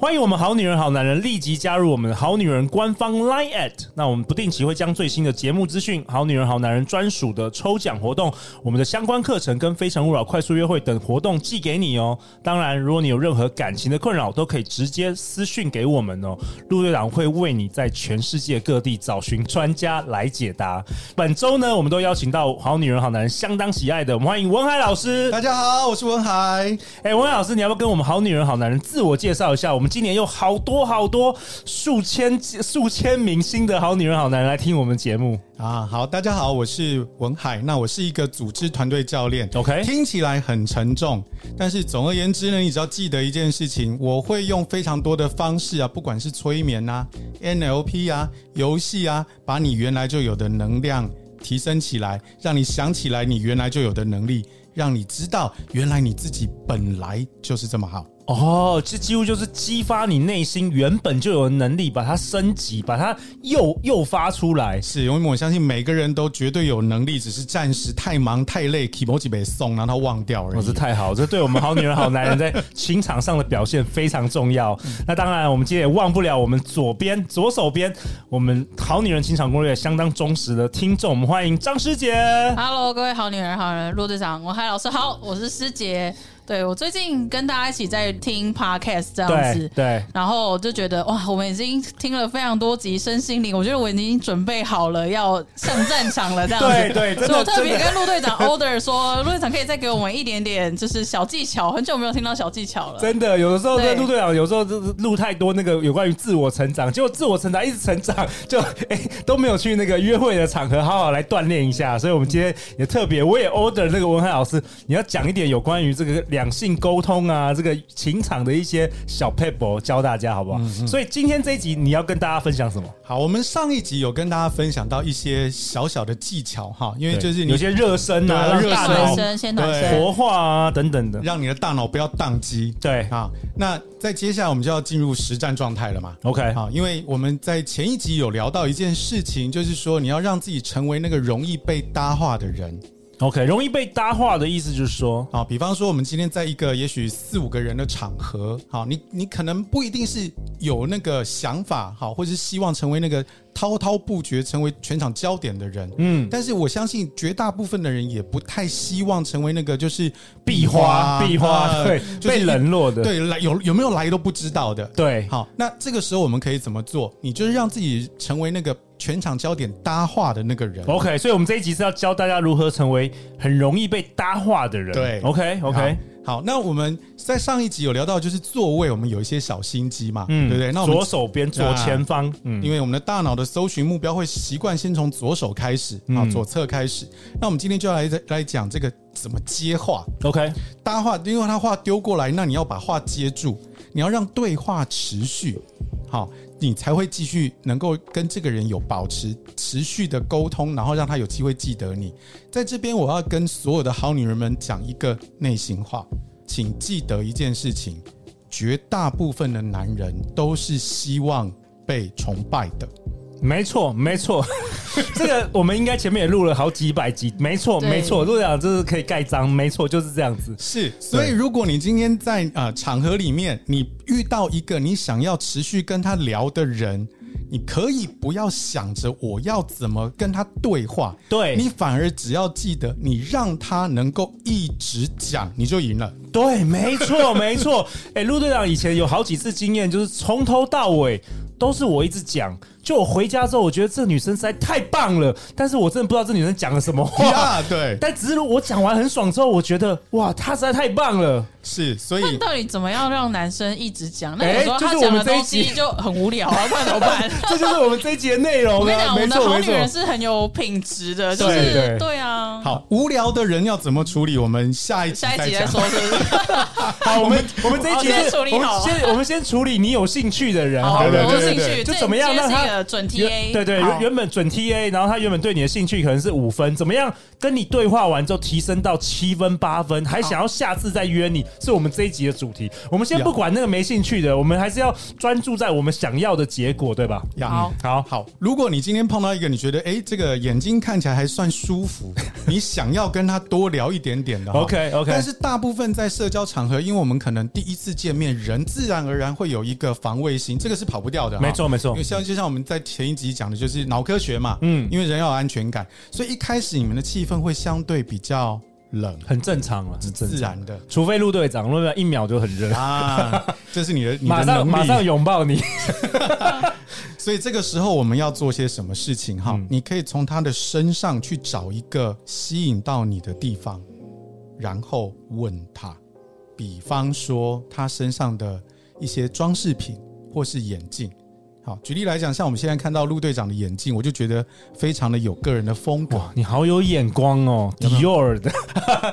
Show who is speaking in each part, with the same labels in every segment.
Speaker 1: 欢迎我们好女人、好男人立即加入我们好女人官方 Line at。那我们不定期会将最新的节目资讯、好女人、好男人专属的抽奖活动、我们的相关课程跟《非诚勿扰》快速约会等活动寄给你哦。当然，如果你有任何感情的困扰，都可以直接私讯给我们哦。陆队长会为你在全世界各地找寻专家来解答。本周呢，我们都邀请到好女人、好男人相当喜爱的，我们欢迎文海老师。
Speaker 2: 大家好，我是文海。
Speaker 1: 哎、文海老师，你要不要跟我们好女人、好男人自我介绍一下？我们今年有好多好多数千数千名新的好女人、好男人来听我们节目。
Speaker 2: 啊，好，大家好，我是文海。那我是一个组织团队教练。
Speaker 1: OK
Speaker 2: 听起来很沉重，但是总而言之呢，你只要记得一件事情，我会用非常多的方式啊，不管是催眠啊、NLP 啊、游戏啊，把你原来就有的能量提升起来，让你想起来你原来就有的能力，让你知道原来你自己本来就是这么好。
Speaker 1: 哦，这几乎就是激发你内心原本就有的能力，把它升级，把它诱诱发出来。
Speaker 2: 是，因为我相信每个人都绝对有能力，只是暂时太忙太累 k e m o j i 被送，然后忘掉而已。
Speaker 1: 哦，这太好，这对我们好女人、好男人在情场上的表现非常重要。那当然，我们今天也忘不了我们左边、左手边，我们好女人情场攻略相当忠实的听众，我们欢迎张师姐。
Speaker 3: Hello，各位好女人、好人，陆队长，我嗨老师好，我是师姐。对我最近跟大家一起在听 podcast 这样
Speaker 1: 对
Speaker 3: 子，
Speaker 1: 对，
Speaker 3: 然后我就觉得哇，我们已经听了非常多集身心灵，我觉得我已经准备好了要上战场了这样子。
Speaker 1: 对对真的
Speaker 3: 所以我特
Speaker 1: 真
Speaker 3: 别
Speaker 1: 的
Speaker 3: 跟陆队长 order 说，陆队长可以再给我们一点点就是小技巧，很久没有听到小技巧了。
Speaker 1: 真的，有的时候在
Speaker 3: 对
Speaker 1: 陆队长，有时候就是录太多那个有关于自我成长，结果自我成长一直成长， 就哎、都没有去那个约会的场合好好来锻炼一下。所以我们今天也特别，我也 order 那个文海老师，你要讲一点有关于这个两性沟通啊，这个情场的一些小 paper 教大家好不好？
Speaker 2: 嗯
Speaker 1: 所以今天这一集你要跟大家分享什么？
Speaker 2: 好，我们上一集有跟大家分享到一些小小的技巧哈，因为就是你
Speaker 1: 有些热身啊，
Speaker 2: 对
Speaker 1: 让
Speaker 2: 热
Speaker 1: 大
Speaker 3: 先暖
Speaker 1: 脑
Speaker 3: 身，先暖
Speaker 2: 对
Speaker 3: 身。
Speaker 1: 活化啊等等的。
Speaker 2: 让你的大脑不要宕机
Speaker 1: 对
Speaker 2: 啊。那在接下来我们就要进入实战状态了嘛。
Speaker 1: ，OK，
Speaker 2: 好，因为我们在前一集有聊到一件事情，就是说你要让自己成为那个容易被搭话的人
Speaker 1: OK，容易被搭话的意思就是说，
Speaker 2: 啊。比方说，我们今天在一个也许四五个人的场合，好，你你可能不一定是有那个想法，好，或者是希望成为那个滔滔不绝、成为全场焦点的人，
Speaker 1: 嗯，
Speaker 2: 但是我相信绝大部分的人也不太希望成为那个就是
Speaker 1: 壁花，壁花，
Speaker 2: 呃
Speaker 1: 对，
Speaker 2: 就是
Speaker 1: 被
Speaker 2: 一
Speaker 1: 冷落的，
Speaker 2: 对来有有没有来都不知道的。
Speaker 1: 对，
Speaker 2: 好，那这个时候我们可以怎么做？你就是让自己成为那个全场焦点搭话的那个人。
Speaker 1: OK，所以我们这一集是要教大家如何成为很容易被搭话的人。
Speaker 2: 对
Speaker 1: ，OK OK，
Speaker 2: 好，好那我们在上一集有聊到，就是座位，我们有一些小心机嘛，对不对？那我们
Speaker 1: 嗯左手边左前方，嗯，
Speaker 2: 因为我们的大脑的搜寻目标会习惯先从左手开始啊，
Speaker 1: 嗯
Speaker 2: 左侧开始。那我们今天就要来来讲这个怎么接话。
Speaker 1: OK，
Speaker 2: 搭话，因为他话丢过来，那你要把话接住，你要让对话持续，好，你才会继续能够跟这个人有保持持续的沟通，然后让他有机会记得你。在这边，我要跟所有的好女人们讲一个内心话，请记得一件事情：绝大部分的男人都是希望被崇拜的。
Speaker 1: 没错没错， 这个我们应该前面也录了好几百集，没错
Speaker 3: 对
Speaker 1: 没错，陆队长这是可以盖章，没错就是这样子。
Speaker 2: 是，所以如果你今天在呃场合里面，你遇到一个你想要持续跟他聊的人，你可以不要想着我要怎么跟他对话，
Speaker 1: 对
Speaker 2: 你反而只要记得你让他能够一直讲，你就赢了。
Speaker 1: 对，没 错，没错。哎、陆队长以前有好几次经验，就是从头到尾都是我一直讲。就我回家之后，我觉得这女生实在太棒了，但是我真的不知道这女生讲了什么话。
Speaker 2: 呀，对，
Speaker 1: 但只是我讲完很爽之后，我觉得哇，她实在太棒 了。
Speaker 2: 是，所
Speaker 3: 那
Speaker 2: 以
Speaker 3: 到底怎么样让男生一直讲？那
Speaker 1: 哎
Speaker 3: 有时
Speaker 1: 就
Speaker 3: 候
Speaker 1: 是
Speaker 3: 他
Speaker 1: 我
Speaker 3: 讲
Speaker 1: 们
Speaker 3: 的
Speaker 1: 这一
Speaker 3: 东西
Speaker 1: 集
Speaker 3: 就很无聊啊，不然怎么办？
Speaker 1: 这就是我们这一集的内容
Speaker 3: 我跟你
Speaker 1: 啊，
Speaker 3: 讲，我
Speaker 1: 没
Speaker 3: 们的
Speaker 1: 错
Speaker 3: 好
Speaker 1: 没
Speaker 3: 女人
Speaker 1: 错。
Speaker 3: 是很有品质的，就
Speaker 1: 对对
Speaker 3: 是对啊，
Speaker 2: 好，无聊的人要怎么处理？我们下一集
Speaker 3: 下一
Speaker 2: 再
Speaker 3: 集再
Speaker 2: 讲。
Speaker 3: 啊说是不 是？
Speaker 1: 好，我们我们这一集
Speaker 3: 哦先
Speaker 1: 是
Speaker 3: 处理
Speaker 1: 我们
Speaker 3: 好啊
Speaker 1: 先我们先处理你有兴趣的人好
Speaker 3: 好，
Speaker 1: 了，
Speaker 2: 对对
Speaker 3: 我有
Speaker 2: 对
Speaker 3: 兴
Speaker 2: 对
Speaker 3: 趣，
Speaker 1: 就
Speaker 3: 这
Speaker 1: 怎么样
Speaker 3: 今天
Speaker 1: 让他
Speaker 3: 是一个准
Speaker 1: 原
Speaker 3: TA？
Speaker 1: 对对，
Speaker 3: 好
Speaker 1: 原原本准 TA，然后他原本对你的兴趣可能是五分，怎么样跟你对话完之后提升到七分八分，还想要下次再约你，是我们这一集的主题。我们先
Speaker 2: 呀
Speaker 1: 不管那个没兴趣的，我们还是要专注在我们想要的结果，对吧？
Speaker 2: 呀嗯
Speaker 3: 好
Speaker 1: 好，
Speaker 2: 好，如果你今天碰到一个你觉得哎、诶这个眼睛看起来还算 舒服，你想要跟他多聊一点点的哈
Speaker 1: OK，OK
Speaker 2: 但是大部分在社交场合，因为我们可能第一次见面，人自然而然会有一个防卫心，这个是跑不掉的哈。
Speaker 1: 没错没
Speaker 2: 因
Speaker 1: 错
Speaker 2: 为，像就像我们在前一集讲的，就是脑科学嘛，
Speaker 1: 嗯
Speaker 2: 嗯，因为人要有安全感，所以一开始你们的气氛会相对比较冷，
Speaker 1: 很正常了，很正
Speaker 2: 自
Speaker 1: 常。
Speaker 2: 然的
Speaker 1: 除非陆队长，陆队长一秒就很热，
Speaker 2: 啊，这是你的你
Speaker 1: 马
Speaker 2: 的
Speaker 1: 上
Speaker 2: 能力，
Speaker 1: 马上拥抱 你。
Speaker 2: 所以这个时候我们要做些什么事情哈？
Speaker 1: 嗯
Speaker 2: 你可以从他的身上去找一个吸引到你的地方，然后问他，比方说他身上的一些装饰品或是眼镜。好，举例来讲，像我们现在看到陆队长的眼镜，我就觉得非常的有个人的风格。
Speaker 1: 哇，你好有眼光哦，Dior 的，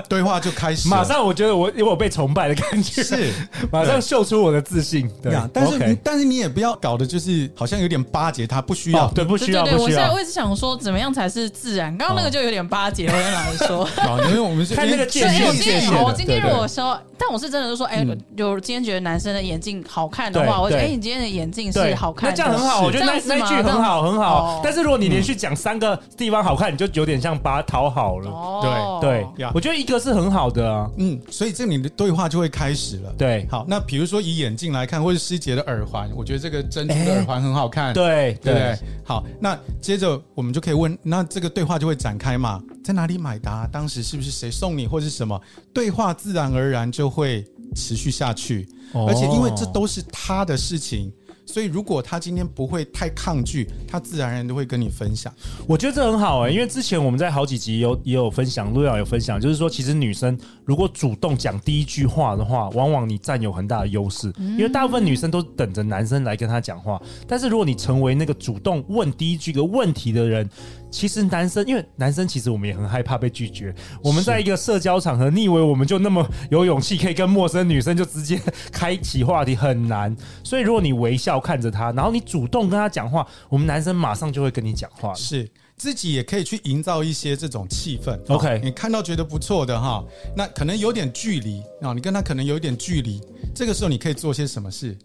Speaker 2: 对话就开始了，
Speaker 1: 马上我觉得我有我被崇拜的感觉，
Speaker 2: 是
Speaker 1: 马上秀出我的自信。 对
Speaker 2: 呀，但是
Speaker 1: OK
Speaker 2: 你但是你也不要搞的，就是好像有点巴结他，不需要
Speaker 1: 哦，对，不
Speaker 3: 对
Speaker 1: 需
Speaker 3: 对
Speaker 1: 要
Speaker 3: 对，
Speaker 1: 不
Speaker 3: 我
Speaker 1: 需
Speaker 3: 现在
Speaker 1: 要
Speaker 3: 我。一直想说，怎么样才是自然？刚刚那个就有点巴结，我跟老师 说。
Speaker 2: 好，因为我们是
Speaker 1: 看那个
Speaker 2: 因为
Speaker 1: 界限
Speaker 3: 所以我今
Speaker 1: 界限
Speaker 3: 天我今天
Speaker 1: 对对
Speaker 3: 如果说，但我是真的就说，哎，有今天觉得男生的眼镜好看的
Speaker 1: 对
Speaker 3: 话，我觉得
Speaker 1: 对
Speaker 3: 哎，你今天的眼镜
Speaker 1: 对，
Speaker 3: 是好看
Speaker 1: 那
Speaker 3: 的，
Speaker 1: 这样很好，我觉得那
Speaker 3: 这样子
Speaker 1: 那一
Speaker 3: 吗
Speaker 1: 句很好，很好
Speaker 3: 哦。
Speaker 1: 但是如果你连续讲三个地方好看，你就有点像把它讨好了。
Speaker 3: 哦
Speaker 1: 对
Speaker 2: 呀，
Speaker 1: 我觉得一个是很好的啊。
Speaker 2: 嗯，所以这里的对话就会开始了。
Speaker 1: 对
Speaker 2: 好，那比如说以眼镜来看，或是师姐的耳环，我觉得这个珍珠的耳环很好看，
Speaker 1: 对
Speaker 2: 对不
Speaker 1: 对
Speaker 2: 对，？好，那接着我们就可以问，那这个对话就会展开嘛，在哪里买的啊、当时是不是谁送你，或是什么？对话自然而然就会持续下去，
Speaker 1: 哦
Speaker 2: 而且因为这都是他的事情。所以，如果他今天不会太抗拒，他自然而然就会跟你分享。
Speaker 1: 我觉得这很好哎、因为之前我们在好几集有也有分享，陆瑶有分享，就是说其实女生如果主动讲第一句话的话，往往你占有很大的优势，因为大部分女生都等着男生来跟她讲话。但是如果你成为那个主动问第一句个问题的人，其实男生因为男生其实我们也很害怕被拒绝，我们在一个社交场合，你以为我们就那么有勇气可以跟陌生女生就直接开启话题很难，所以如果你微笑看着她，然后你主动跟她讲话，我们男生马上就会跟你讲话了。
Speaker 2: 是自己也可以去营造一些这种气氛。
Speaker 1: OK
Speaker 2: 你看到觉得不错的哈，那可能有点距离啊，你跟他可能有点距离，这个时候你可以做些什么事？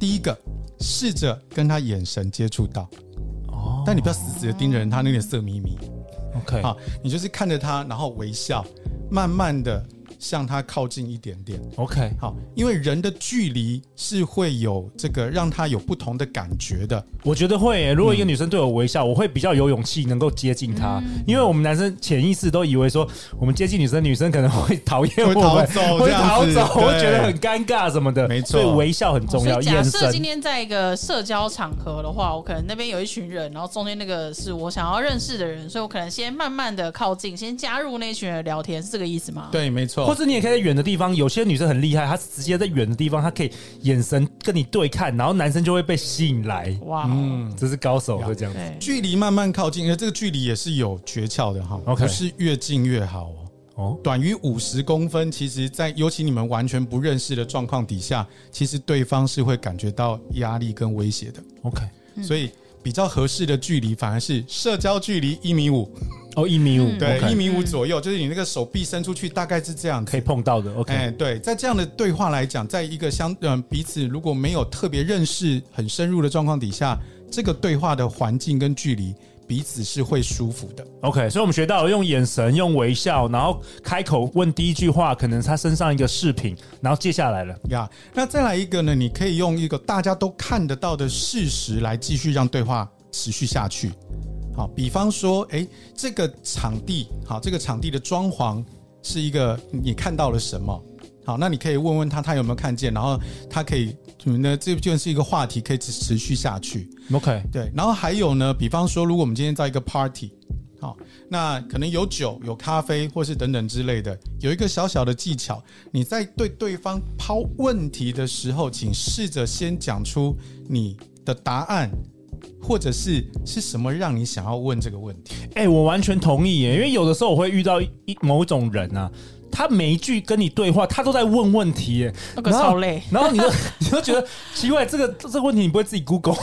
Speaker 2: 第一个，试着跟他眼神接触到，
Speaker 1: 哦
Speaker 2: 但你不要死死的盯着人，他那脸色眯眯
Speaker 1: OK，
Speaker 2: 啊，你就是看着他，然后微笑，慢慢的向他靠近一点点。
Speaker 1: ，OK，
Speaker 2: 好，因为人的距离是会有这个让他有不同的感觉的。
Speaker 1: 我觉得会耶、如果一个女生对我微笑，我会比较有勇气能够接近她，
Speaker 3: 嗯
Speaker 1: 因为我们男生潜意识都以为说，我们接近女生，女生可能 会讨厌我
Speaker 2: 会逃
Speaker 1: 们，
Speaker 2: 走
Speaker 1: 会
Speaker 2: 这样
Speaker 1: 逃
Speaker 2: 子
Speaker 1: 走，会
Speaker 2: 对
Speaker 1: 觉得很尴尬什么的。
Speaker 2: 没
Speaker 1: 所
Speaker 2: 错
Speaker 1: 以微笑很重
Speaker 3: 所
Speaker 1: 要，
Speaker 3: 以哦假
Speaker 1: 眼
Speaker 3: 设
Speaker 1: 神
Speaker 3: 今。天在一个社交场合的话，我可能那边有一群人，然后中间那个是我想要认识的人，所以我可能先慢慢的靠近，先加入那一群人聊天，是这个意思吗？，
Speaker 2: 对，没错。
Speaker 1: 或者你也可以在远的地方，有些女生很厉害，她直接在远的地方，她可以眼神跟你对看，然后男生就会被吸引来。
Speaker 3: 哇，哦
Speaker 1: 嗯，这是高手会这样子。
Speaker 3: 对，
Speaker 2: 距离慢慢靠近，而这个距离也是有诀窍的哈
Speaker 1: OK
Speaker 2: 不是越近越好哦。
Speaker 1: 哦，
Speaker 2: 短于五十公分，其实在尤其你们完全不认识的状况底下，其实对方是会感觉到压力跟威胁的。
Speaker 1: OK，
Speaker 2: 所以比较合适的距离反而是社交距离一米五，
Speaker 1: 哦，一米
Speaker 3: 嗯
Speaker 1: 五，
Speaker 2: 对，一
Speaker 1: OK，
Speaker 2: 米五左右，就是你那个手臂伸出去大概是这样子
Speaker 1: 可以。碰到的。
Speaker 2: 哎、
Speaker 1: OK，
Speaker 2: 对，在这样的对话来讲，在一个相嗯、彼此如果没有特别认识很深入的状况底下，这个对话的环境跟距离彼此是会舒服的。
Speaker 1: OK，所以我们学到了用眼神、用微笑，然后开口问第一句话，可能是他身上一个饰品，然后接下来了。
Speaker 2: 呀那再来一个呢？你可以用一个大家都看得到的事实来继续让对话持续下去。好，比方说，诶，这个场地，好，这个场地的装潢是一个你看到了什么？好，那你可以问问他，他有没有看见？然后他可以，嗯那这就是一个话题，可以持持续下去。
Speaker 1: OK，
Speaker 2: 对，然后还有呢，比方说，如果我们今天在一个 party，好、那可能有酒、有咖啡，或是等等之类的，有一个小小的技巧，你在对对方抛问题的时候，请试着先讲出你的答案或者是是什么让你想要问这个问题？
Speaker 1: 哎、我完全同意耶，因为有的时候我会遇到一一某种人啊，他每一句跟你对话，他都在问问题耶，
Speaker 3: 那个
Speaker 1: 然后
Speaker 3: 超累。
Speaker 1: 然后你就你就觉得奇怪，这个这个问题你不会自己 Google，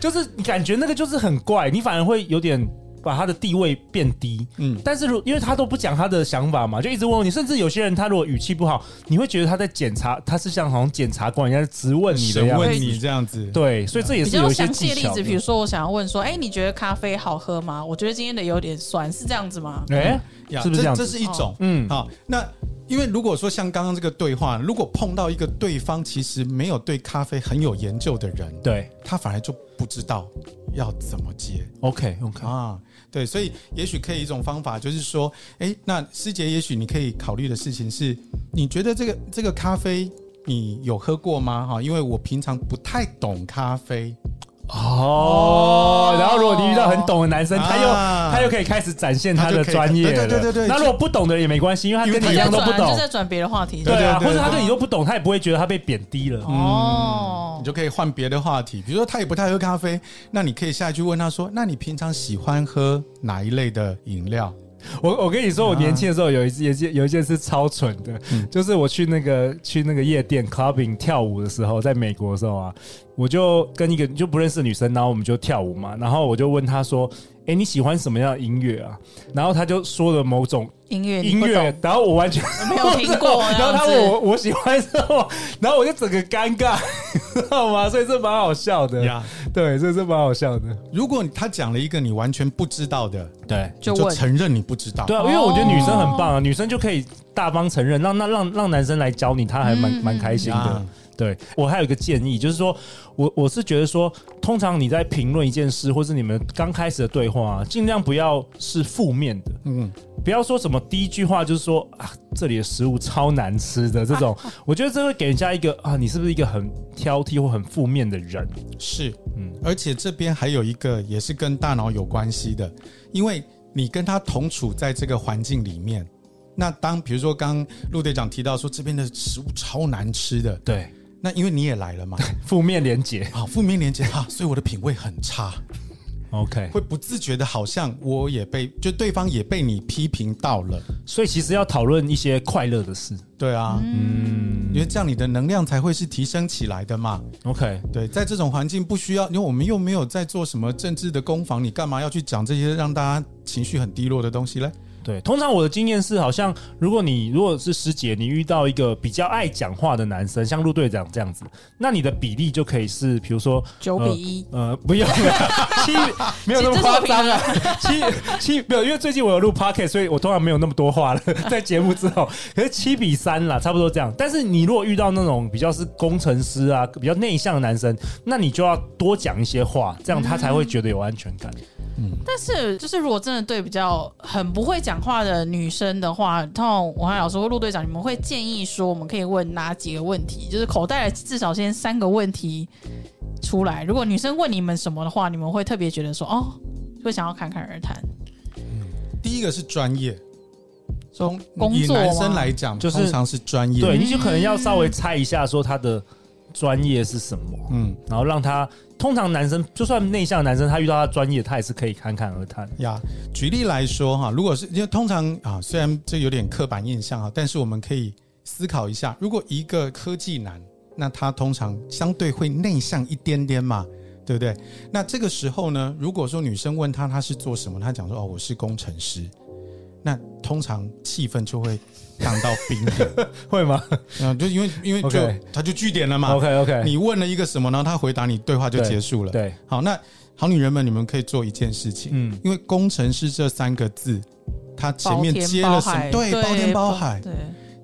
Speaker 1: 就是你感觉那个就是很怪，你反而会有点把他的地位变低。
Speaker 2: 嗯，
Speaker 1: 但是如因为他都不讲他的想法嘛，就一直问问你，甚至有些人他如果语气不好，你会觉得他在检查，他是像好像检察官一样在质问你的
Speaker 2: 审
Speaker 1: 样子。
Speaker 2: 问你这样子，
Speaker 1: 对，所以这也
Speaker 3: 比
Speaker 1: 是有
Speaker 3: 较
Speaker 1: 一些
Speaker 3: 详细
Speaker 1: 技
Speaker 3: 的例
Speaker 1: 巧
Speaker 3: 子，
Speaker 1: 的。
Speaker 3: 比如说我想要问说，哎、你觉得咖啡好喝吗？我觉得今天的有点酸，是这样子吗？
Speaker 1: 哎、
Speaker 2: 呀，
Speaker 1: 是不是这样子
Speaker 2: 这是一种。
Speaker 1: 嗯，
Speaker 2: 好，那因为如果说像刚刚这个对话，如果碰到一个对方其实没有对咖啡很有研究的人，
Speaker 1: 对
Speaker 2: 他反而就不知道要怎么接
Speaker 1: ，OK OK，
Speaker 2: 啊。对，所以也许可以一种方法就是说，诶，那师姐，也许你可以考虑的事情是，你觉得这个这个咖啡你有喝过吗？哈，因为我平常不太懂咖啡，
Speaker 1: 哦，然后如果你遇到很懂的男生，他又
Speaker 2: 啊
Speaker 1: 他又可以开始展现他的专业了，
Speaker 2: 他就可以对对对对对
Speaker 1: 那如果不懂的也没关系，因为他跟
Speaker 2: 因
Speaker 1: 你
Speaker 2: 为
Speaker 1: 一
Speaker 2: 他
Speaker 1: 样
Speaker 3: 在
Speaker 1: 都不
Speaker 3: 转，啊就
Speaker 1: 懂，
Speaker 3: 在转别的话题。
Speaker 1: 对啊，
Speaker 2: 对对对嗯
Speaker 1: 或者他跟你都不懂，他也不会觉得他被贬低了。
Speaker 3: 哦
Speaker 2: 你，就可以换别的话题，比如说他也不太喝咖啡，那你可以下一句问他说：“那你平常喜欢喝哪一类的饮料
Speaker 1: 我我跟你说，
Speaker 2: 嗯
Speaker 1: 我年轻的时候有一次有一件有一件事超蠢的，就是我去那个去那个夜店 clubbing 跳舞的时候，在美国的时候啊，我就跟一个就不认识的女生，然后我们就跳舞嘛，然后我就问她说：“哎，你喜欢什么样的音乐啊？”然后她就说了某种
Speaker 3: 音乐哎你
Speaker 1: 音
Speaker 3: 不懂
Speaker 1: 乐，然后我完全
Speaker 3: 没有听过
Speaker 1: 然后他
Speaker 3: 这
Speaker 1: 问
Speaker 3: 样子
Speaker 1: 我我喜欢什么， 然后我就整个尴尬， 知道吗？所以这蛮好笑？”的，
Speaker 2: 呀，
Speaker 1: 对，所以这蛮好笑的，
Speaker 2: 如果他讲了一个你完全不知道的，
Speaker 1: 对
Speaker 3: 就
Speaker 2: 你就
Speaker 3: 问
Speaker 2: 承认你不知道。
Speaker 1: 对啊，
Speaker 3: 哦
Speaker 1: 因为我觉得女生很棒啊，女生就可以大方承认，让那让让男生来教你，他还蛮
Speaker 3: 嗯
Speaker 1: 蛮开心的
Speaker 2: 啊。
Speaker 1: 对我还有一个建议，就是说我我是觉得说，通常你在评论一件事，或是你们刚开始的对话、啊，尽量不要是负面的，
Speaker 2: 嗯，
Speaker 1: 不要说什么第一句话就是说啊，这里的食物超难吃 的这种，我觉得这会给人家一个啊，你是不是一个很挑剔或很负面的人？
Speaker 2: 是，
Speaker 1: 嗯
Speaker 2: 嗯，而且这边还有一个也是跟大脑有关系的，因为你跟他同处在这个环境里面。那当比如说刚陆队长提到说这边的食物超难吃的，
Speaker 1: 对，
Speaker 2: 那因为你也来了嘛，
Speaker 1: 负面连结。
Speaker 2: 啊，负面连接啊，所以我的品味很差。
Speaker 1: OK，
Speaker 2: 会不自觉的，好像我也被，就对方也被你批评到了。
Speaker 1: 所以其实要讨论一些快乐的事。
Speaker 2: 对啊，
Speaker 1: 嗯
Speaker 2: 因为这样你的能量才会是提升起来的嘛。
Speaker 1: ，OK，
Speaker 2: 对，在这种环境不需要，因为我们又没有在做什么政治的攻防，你干嘛要去讲这些让大家情绪很低落的东西嘞？
Speaker 1: 对，通常我的经验是，好像如果你如果是师姐，你遇到一个比较爱讲话的男生，像陆队长这样子，那你的比例就可以是，比如说
Speaker 3: 九比一，
Speaker 1: 呃， 不用了，七没有那么夸张啊，七七没有，因为最近我有录 p o c k e t 所以我通常没有那么多话了，在节目之后，可是七比三啦，差不多这样。但是你如果遇到那种比较是工程师啊，比较内向的男生，那你就要多讲一些话，这样他才会觉得有安全感。
Speaker 3: 但是就是如果真的对比较很不会讲话的女生的话，通常我和老师或陆队长，你们会建议说我们可以问哪几个问题？就是口袋至少先三个问题出来。如果女生问你们什么的话，你们会特别觉得说哦，会想要侃侃而谈，
Speaker 2: 第一个是专业，
Speaker 3: 说工
Speaker 2: 以
Speaker 3: 作吗
Speaker 2: 男生来讲，
Speaker 1: 就是
Speaker 2: 通常是专业。
Speaker 1: 对，，你就可能要稍微猜一下，说他的专业是什么，
Speaker 2: 嗯
Speaker 1: 然后让他。通常男生就算内向的男生，他遇到他的专业，他也是可以侃侃而谈。
Speaker 2: 呀，举例来说哈，如果是因为通常啊，虽然这有点刻板印象哈，但是我们可以思考一下，如果一个科技男，那他通常相对会内向一点点嘛，对不对？那这个时候呢，如果说女生问他他是做什么，他讲说哦我是工程师，那通常气氛就会降到冰点，
Speaker 1: 会吗
Speaker 2: 嗯，就因为因为就
Speaker 1: OK
Speaker 2: 他就据点了嘛。
Speaker 1: ？OK OK，
Speaker 2: 你问了一个什么，然后他回答你，对话就
Speaker 1: 对
Speaker 2: 结束了。
Speaker 1: 对，
Speaker 2: 好，那好女人们，你们可以做一件事情，
Speaker 1: 嗯，
Speaker 2: 因为工程师这三个字，它前
Speaker 3: 包
Speaker 2: 面
Speaker 3: 天
Speaker 2: 接
Speaker 3: 包
Speaker 2: 了什
Speaker 3: 海
Speaker 2: 么？对，包天包海，
Speaker 1: 啊
Speaker 3: 对，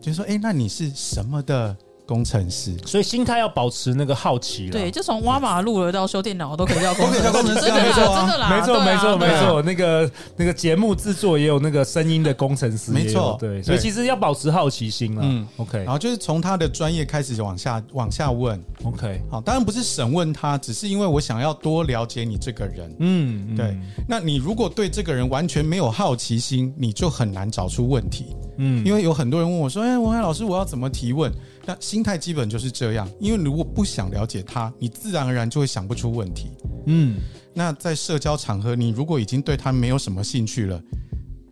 Speaker 2: 就是说，哎、那你是什么的工程师？
Speaker 1: 所以心态要保持那个好奇啦。
Speaker 3: 对，就从挖马路了到修电脑都可以叫工程
Speaker 2: 都可以叫工程
Speaker 3: 师，
Speaker 2: 师
Speaker 3: 真
Speaker 2: 啊
Speaker 3: 的
Speaker 2: 没错啊
Speaker 3: 啦，真的啦，
Speaker 1: 没错，
Speaker 3: 对啊
Speaker 1: 没错，
Speaker 3: 对
Speaker 1: 没
Speaker 3: 啊
Speaker 1: 错。那个那个节目制作也有那个声音的工程师也有，
Speaker 2: 没错
Speaker 1: 对，
Speaker 2: 对
Speaker 1: 所以其实要保持好奇心啦。嗯
Speaker 2: 嗯
Speaker 1: ，OK
Speaker 2: 然后就是从他的专业开始往下往下问。
Speaker 1: OK，
Speaker 2: 好，当然不是审问他，只是因为我想要多了解你这个人。
Speaker 1: 嗯，嗯
Speaker 2: 对，那你如果对这个人完全没有好奇心，你就很难找出问题。
Speaker 1: 嗯
Speaker 2: 因为有很多人问我说：“哎、文海老师，我要怎么提问？”那心态基本就是这样，因为如果不想了解他，你自然而然就会想不出问题。
Speaker 1: 嗯，
Speaker 2: 那在社交场合，你如果已经对他没有什么兴趣了，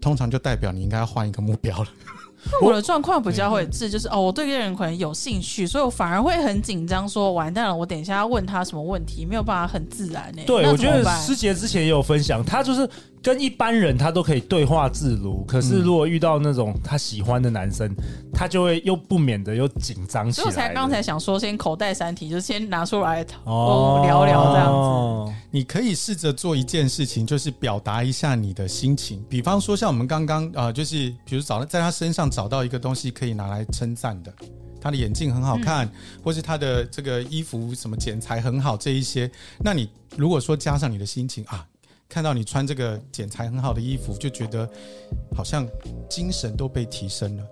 Speaker 2: 通常就代表你应该要换一个目标了。
Speaker 3: 那我的状况比较会
Speaker 1: 嗯
Speaker 3: 是，就是哦，我对这个人可能有兴趣，所以我反而会很紧张，说完蛋了，我等一下要问他什么问题，没有办法很自然呢、
Speaker 1: 对，
Speaker 3: 那
Speaker 1: 我
Speaker 3: 怎
Speaker 1: 觉
Speaker 3: 么
Speaker 1: 得
Speaker 3: 办
Speaker 1: 师姐之前也有分享，她就是跟一般人她都可以对话自如，可
Speaker 3: 嗯
Speaker 1: 是如果遇到那种她喜欢的男生，她就会又不免的又紧张起
Speaker 3: 所
Speaker 1: 来了。
Speaker 3: 以我才刚才想说，先口袋三题，就是先拿出来讨
Speaker 1: 哦
Speaker 3: 聊聊这样子。
Speaker 2: 你可以试着做一件事情，就是表达一下你的心情。比方说，像我们刚刚啊，呃就是比如找在他身上找到一个东西可以拿来称赞的，他的眼镜很好看，或是他的这个衣服什么剪裁很好这一些。那你如果说加上你的心情啊，看到你穿这个剪裁很好的衣服，就觉得好像精神都被提升了。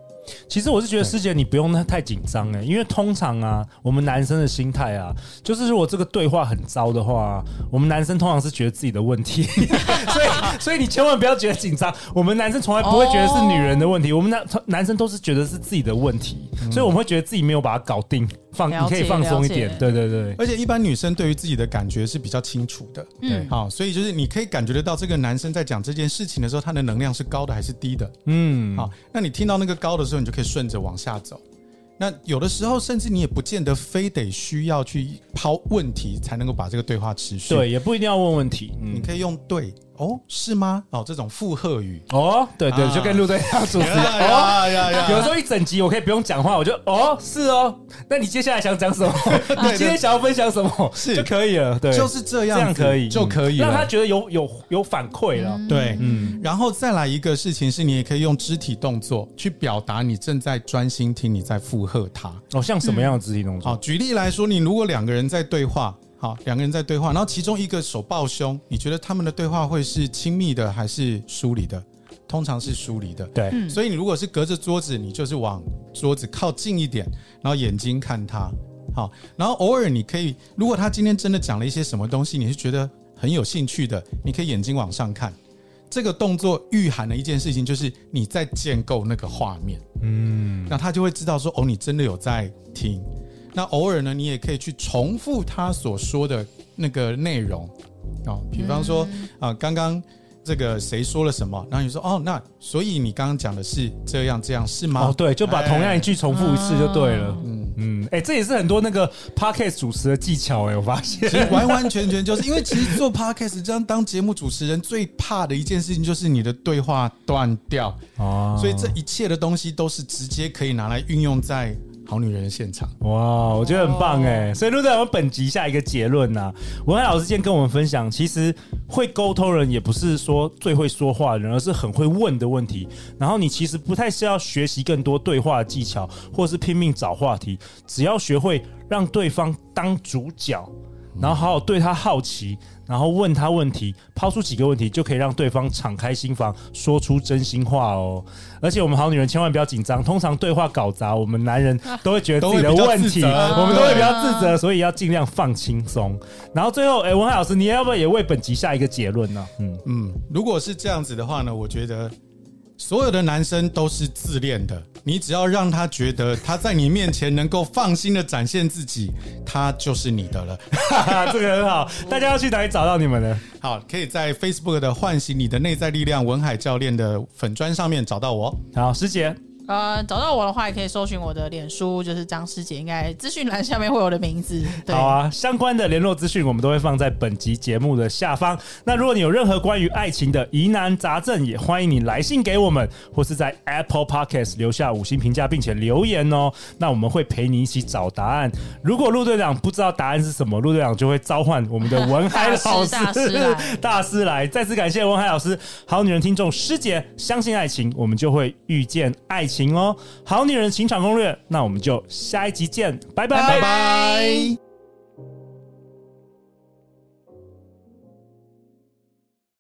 Speaker 1: 其实我是觉得师姐你不用太紧张哎，因为通常啊，我们男生的心态啊，就是如果这个对话很糟的话、啊我们男生通常是觉得自己的问题， 所以所以你千万不要觉得紧张。我们男生从来不会觉得是女人的问
Speaker 3: 哦
Speaker 1: 题，我们男男生都是觉得是自己的问题，所以我们会觉得自己没有把它搞定，放
Speaker 3: 嗯了解
Speaker 1: 你可以放松一点
Speaker 3: 了解，
Speaker 1: 对对对，
Speaker 2: 而且一般女生对于自己的感觉是比较清楚的，
Speaker 3: 嗯，
Speaker 2: 好，所以就是你可以感觉得到这个男生在讲这件事情的时候，他的能量是高的还是低的。
Speaker 1: 嗯，
Speaker 2: 好，那你听到那个高的时候，你就可以顺着往下走。那有的时候，甚至你也不见得非得需要去抛问题才能够把这个对话持续。，
Speaker 1: 对，也不一定要问问题，
Speaker 2: 你
Speaker 1: 嗯，
Speaker 2: 可以用“对”哦，是吗？哦，这种附和语。
Speaker 1: 哦，对对，
Speaker 2: 啊
Speaker 1: 就跟陆队长主持，
Speaker 3: 啊
Speaker 1: 哦。
Speaker 2: 呀哎呀
Speaker 1: 有时候一整集我可以不用讲话，我就哦是哦，那你接下来想讲 什么？你今天想要分享什么
Speaker 2: 是
Speaker 1: 就可以了，对，
Speaker 2: 就是这样
Speaker 1: 这
Speaker 2: 子，
Speaker 1: 样可以
Speaker 2: 就可以了。
Speaker 1: 让他觉得有有有反馈了。
Speaker 2: 对，
Speaker 1: 嗯，
Speaker 2: 然后再来一个事情是，你也可以用肢体动作去表达你正在专心听，你在附和他。
Speaker 1: 哦，像什么样的肢体动
Speaker 2: 好，
Speaker 1: 作？
Speaker 2: 举例来说，你如果两个人在对话，好，两个人在对话，然后其中一个手抱胸，你觉得他们的对话会是亲密的还是疏离的？通常是疏离的。
Speaker 1: 对，
Speaker 3: 嗯
Speaker 2: 所以你如果是隔着桌子，你就是往桌子靠近一点，然后眼睛看他，好，然后偶尔你可以，如果他今天真的讲了一些什么东西，你是觉得很有兴趣的，你可以眼睛往上看。这个动作蕴含了一件事情，就是你在建构那个画面。
Speaker 1: 嗯，
Speaker 2: 那他就会知道说，哦，你真的有在听。那偶尔呢，你也可以去重复他所说的那个内容啊、哦比方说
Speaker 1: 嗯
Speaker 2: 啊、刚刚这个谁说了什么，然后你说，哦，那所以你刚刚讲的是这样这样是吗？
Speaker 1: 哦，对，就把同样一句重复一次就对了。
Speaker 2: 嗯，
Speaker 1: 嗯，哎，这也是很多那个 podcast 主持的技巧哎，我发现
Speaker 2: 其实完完全全就是因为其实做 podcast 这样当节目主持人最怕的一件事情就是你的对话断掉，
Speaker 1: 哦
Speaker 2: 所以这一切的东西都是直接可以拿来运用在好女人的现场。
Speaker 1: 哇，我觉得很棒哎！所以，陆队长，我们本集下一个结论呐、文海老师今天跟我们分享，其实会沟通人也不是说最会说话的人，而是很会问的问题。然后，你其实不太是要学习更多对话技巧，或是拼命找话题，只要学会让对方当主角，然后好好对他好奇，然后问他问题，抛出几个问题，就可以让对方敞开心房，说出真心话哦。而且我们好女人千万不要紧张，通常对话搞砸，我们 男人都会觉得自己的问题，
Speaker 2: 都会比较自责
Speaker 1: 我们都会比较自责，所以要尽量放轻松。然后最后，哎，文海老师，你要不要也为本集下一个结论呢？ 嗯，
Speaker 2: 嗯，如果是这样子的话呢，我觉得所有的男生都是自恋的。你只要让他觉得他在你面前能够放心的展现自己，他就是你的了。
Speaker 1: 哈哈，这个很好，大家要去哪里找到你们呢？
Speaker 2: 好，可以在 Facebook 的“唤醒你的内在力量”文海教练的粉砖上面找到我。
Speaker 1: 好，师姐，
Speaker 3: 呃，找到我的话，也可以搜寻我的脸书，就是张师姐，应该资讯栏下面会有我的名字。对，
Speaker 1: 好啊，相关的联络资讯我们都会放在本集节目的下方。那如果你有任何关于爱情的疑难杂症，也欢迎你来信给我们，或是在 Apple Podcast 留下五星评价，并且留言哦。那我们会陪你一起找答案。如果陆队长不知道答案是什么，陆队长就会召唤我们的文海老师
Speaker 3: 大师大师来
Speaker 1: 大师来。再次感谢文海老师，好女人听众师姐，相信爱情，我们就会遇见爱情哦。好女人情场攻略，那我们就下一集见，拜拜
Speaker 2: 拜拜。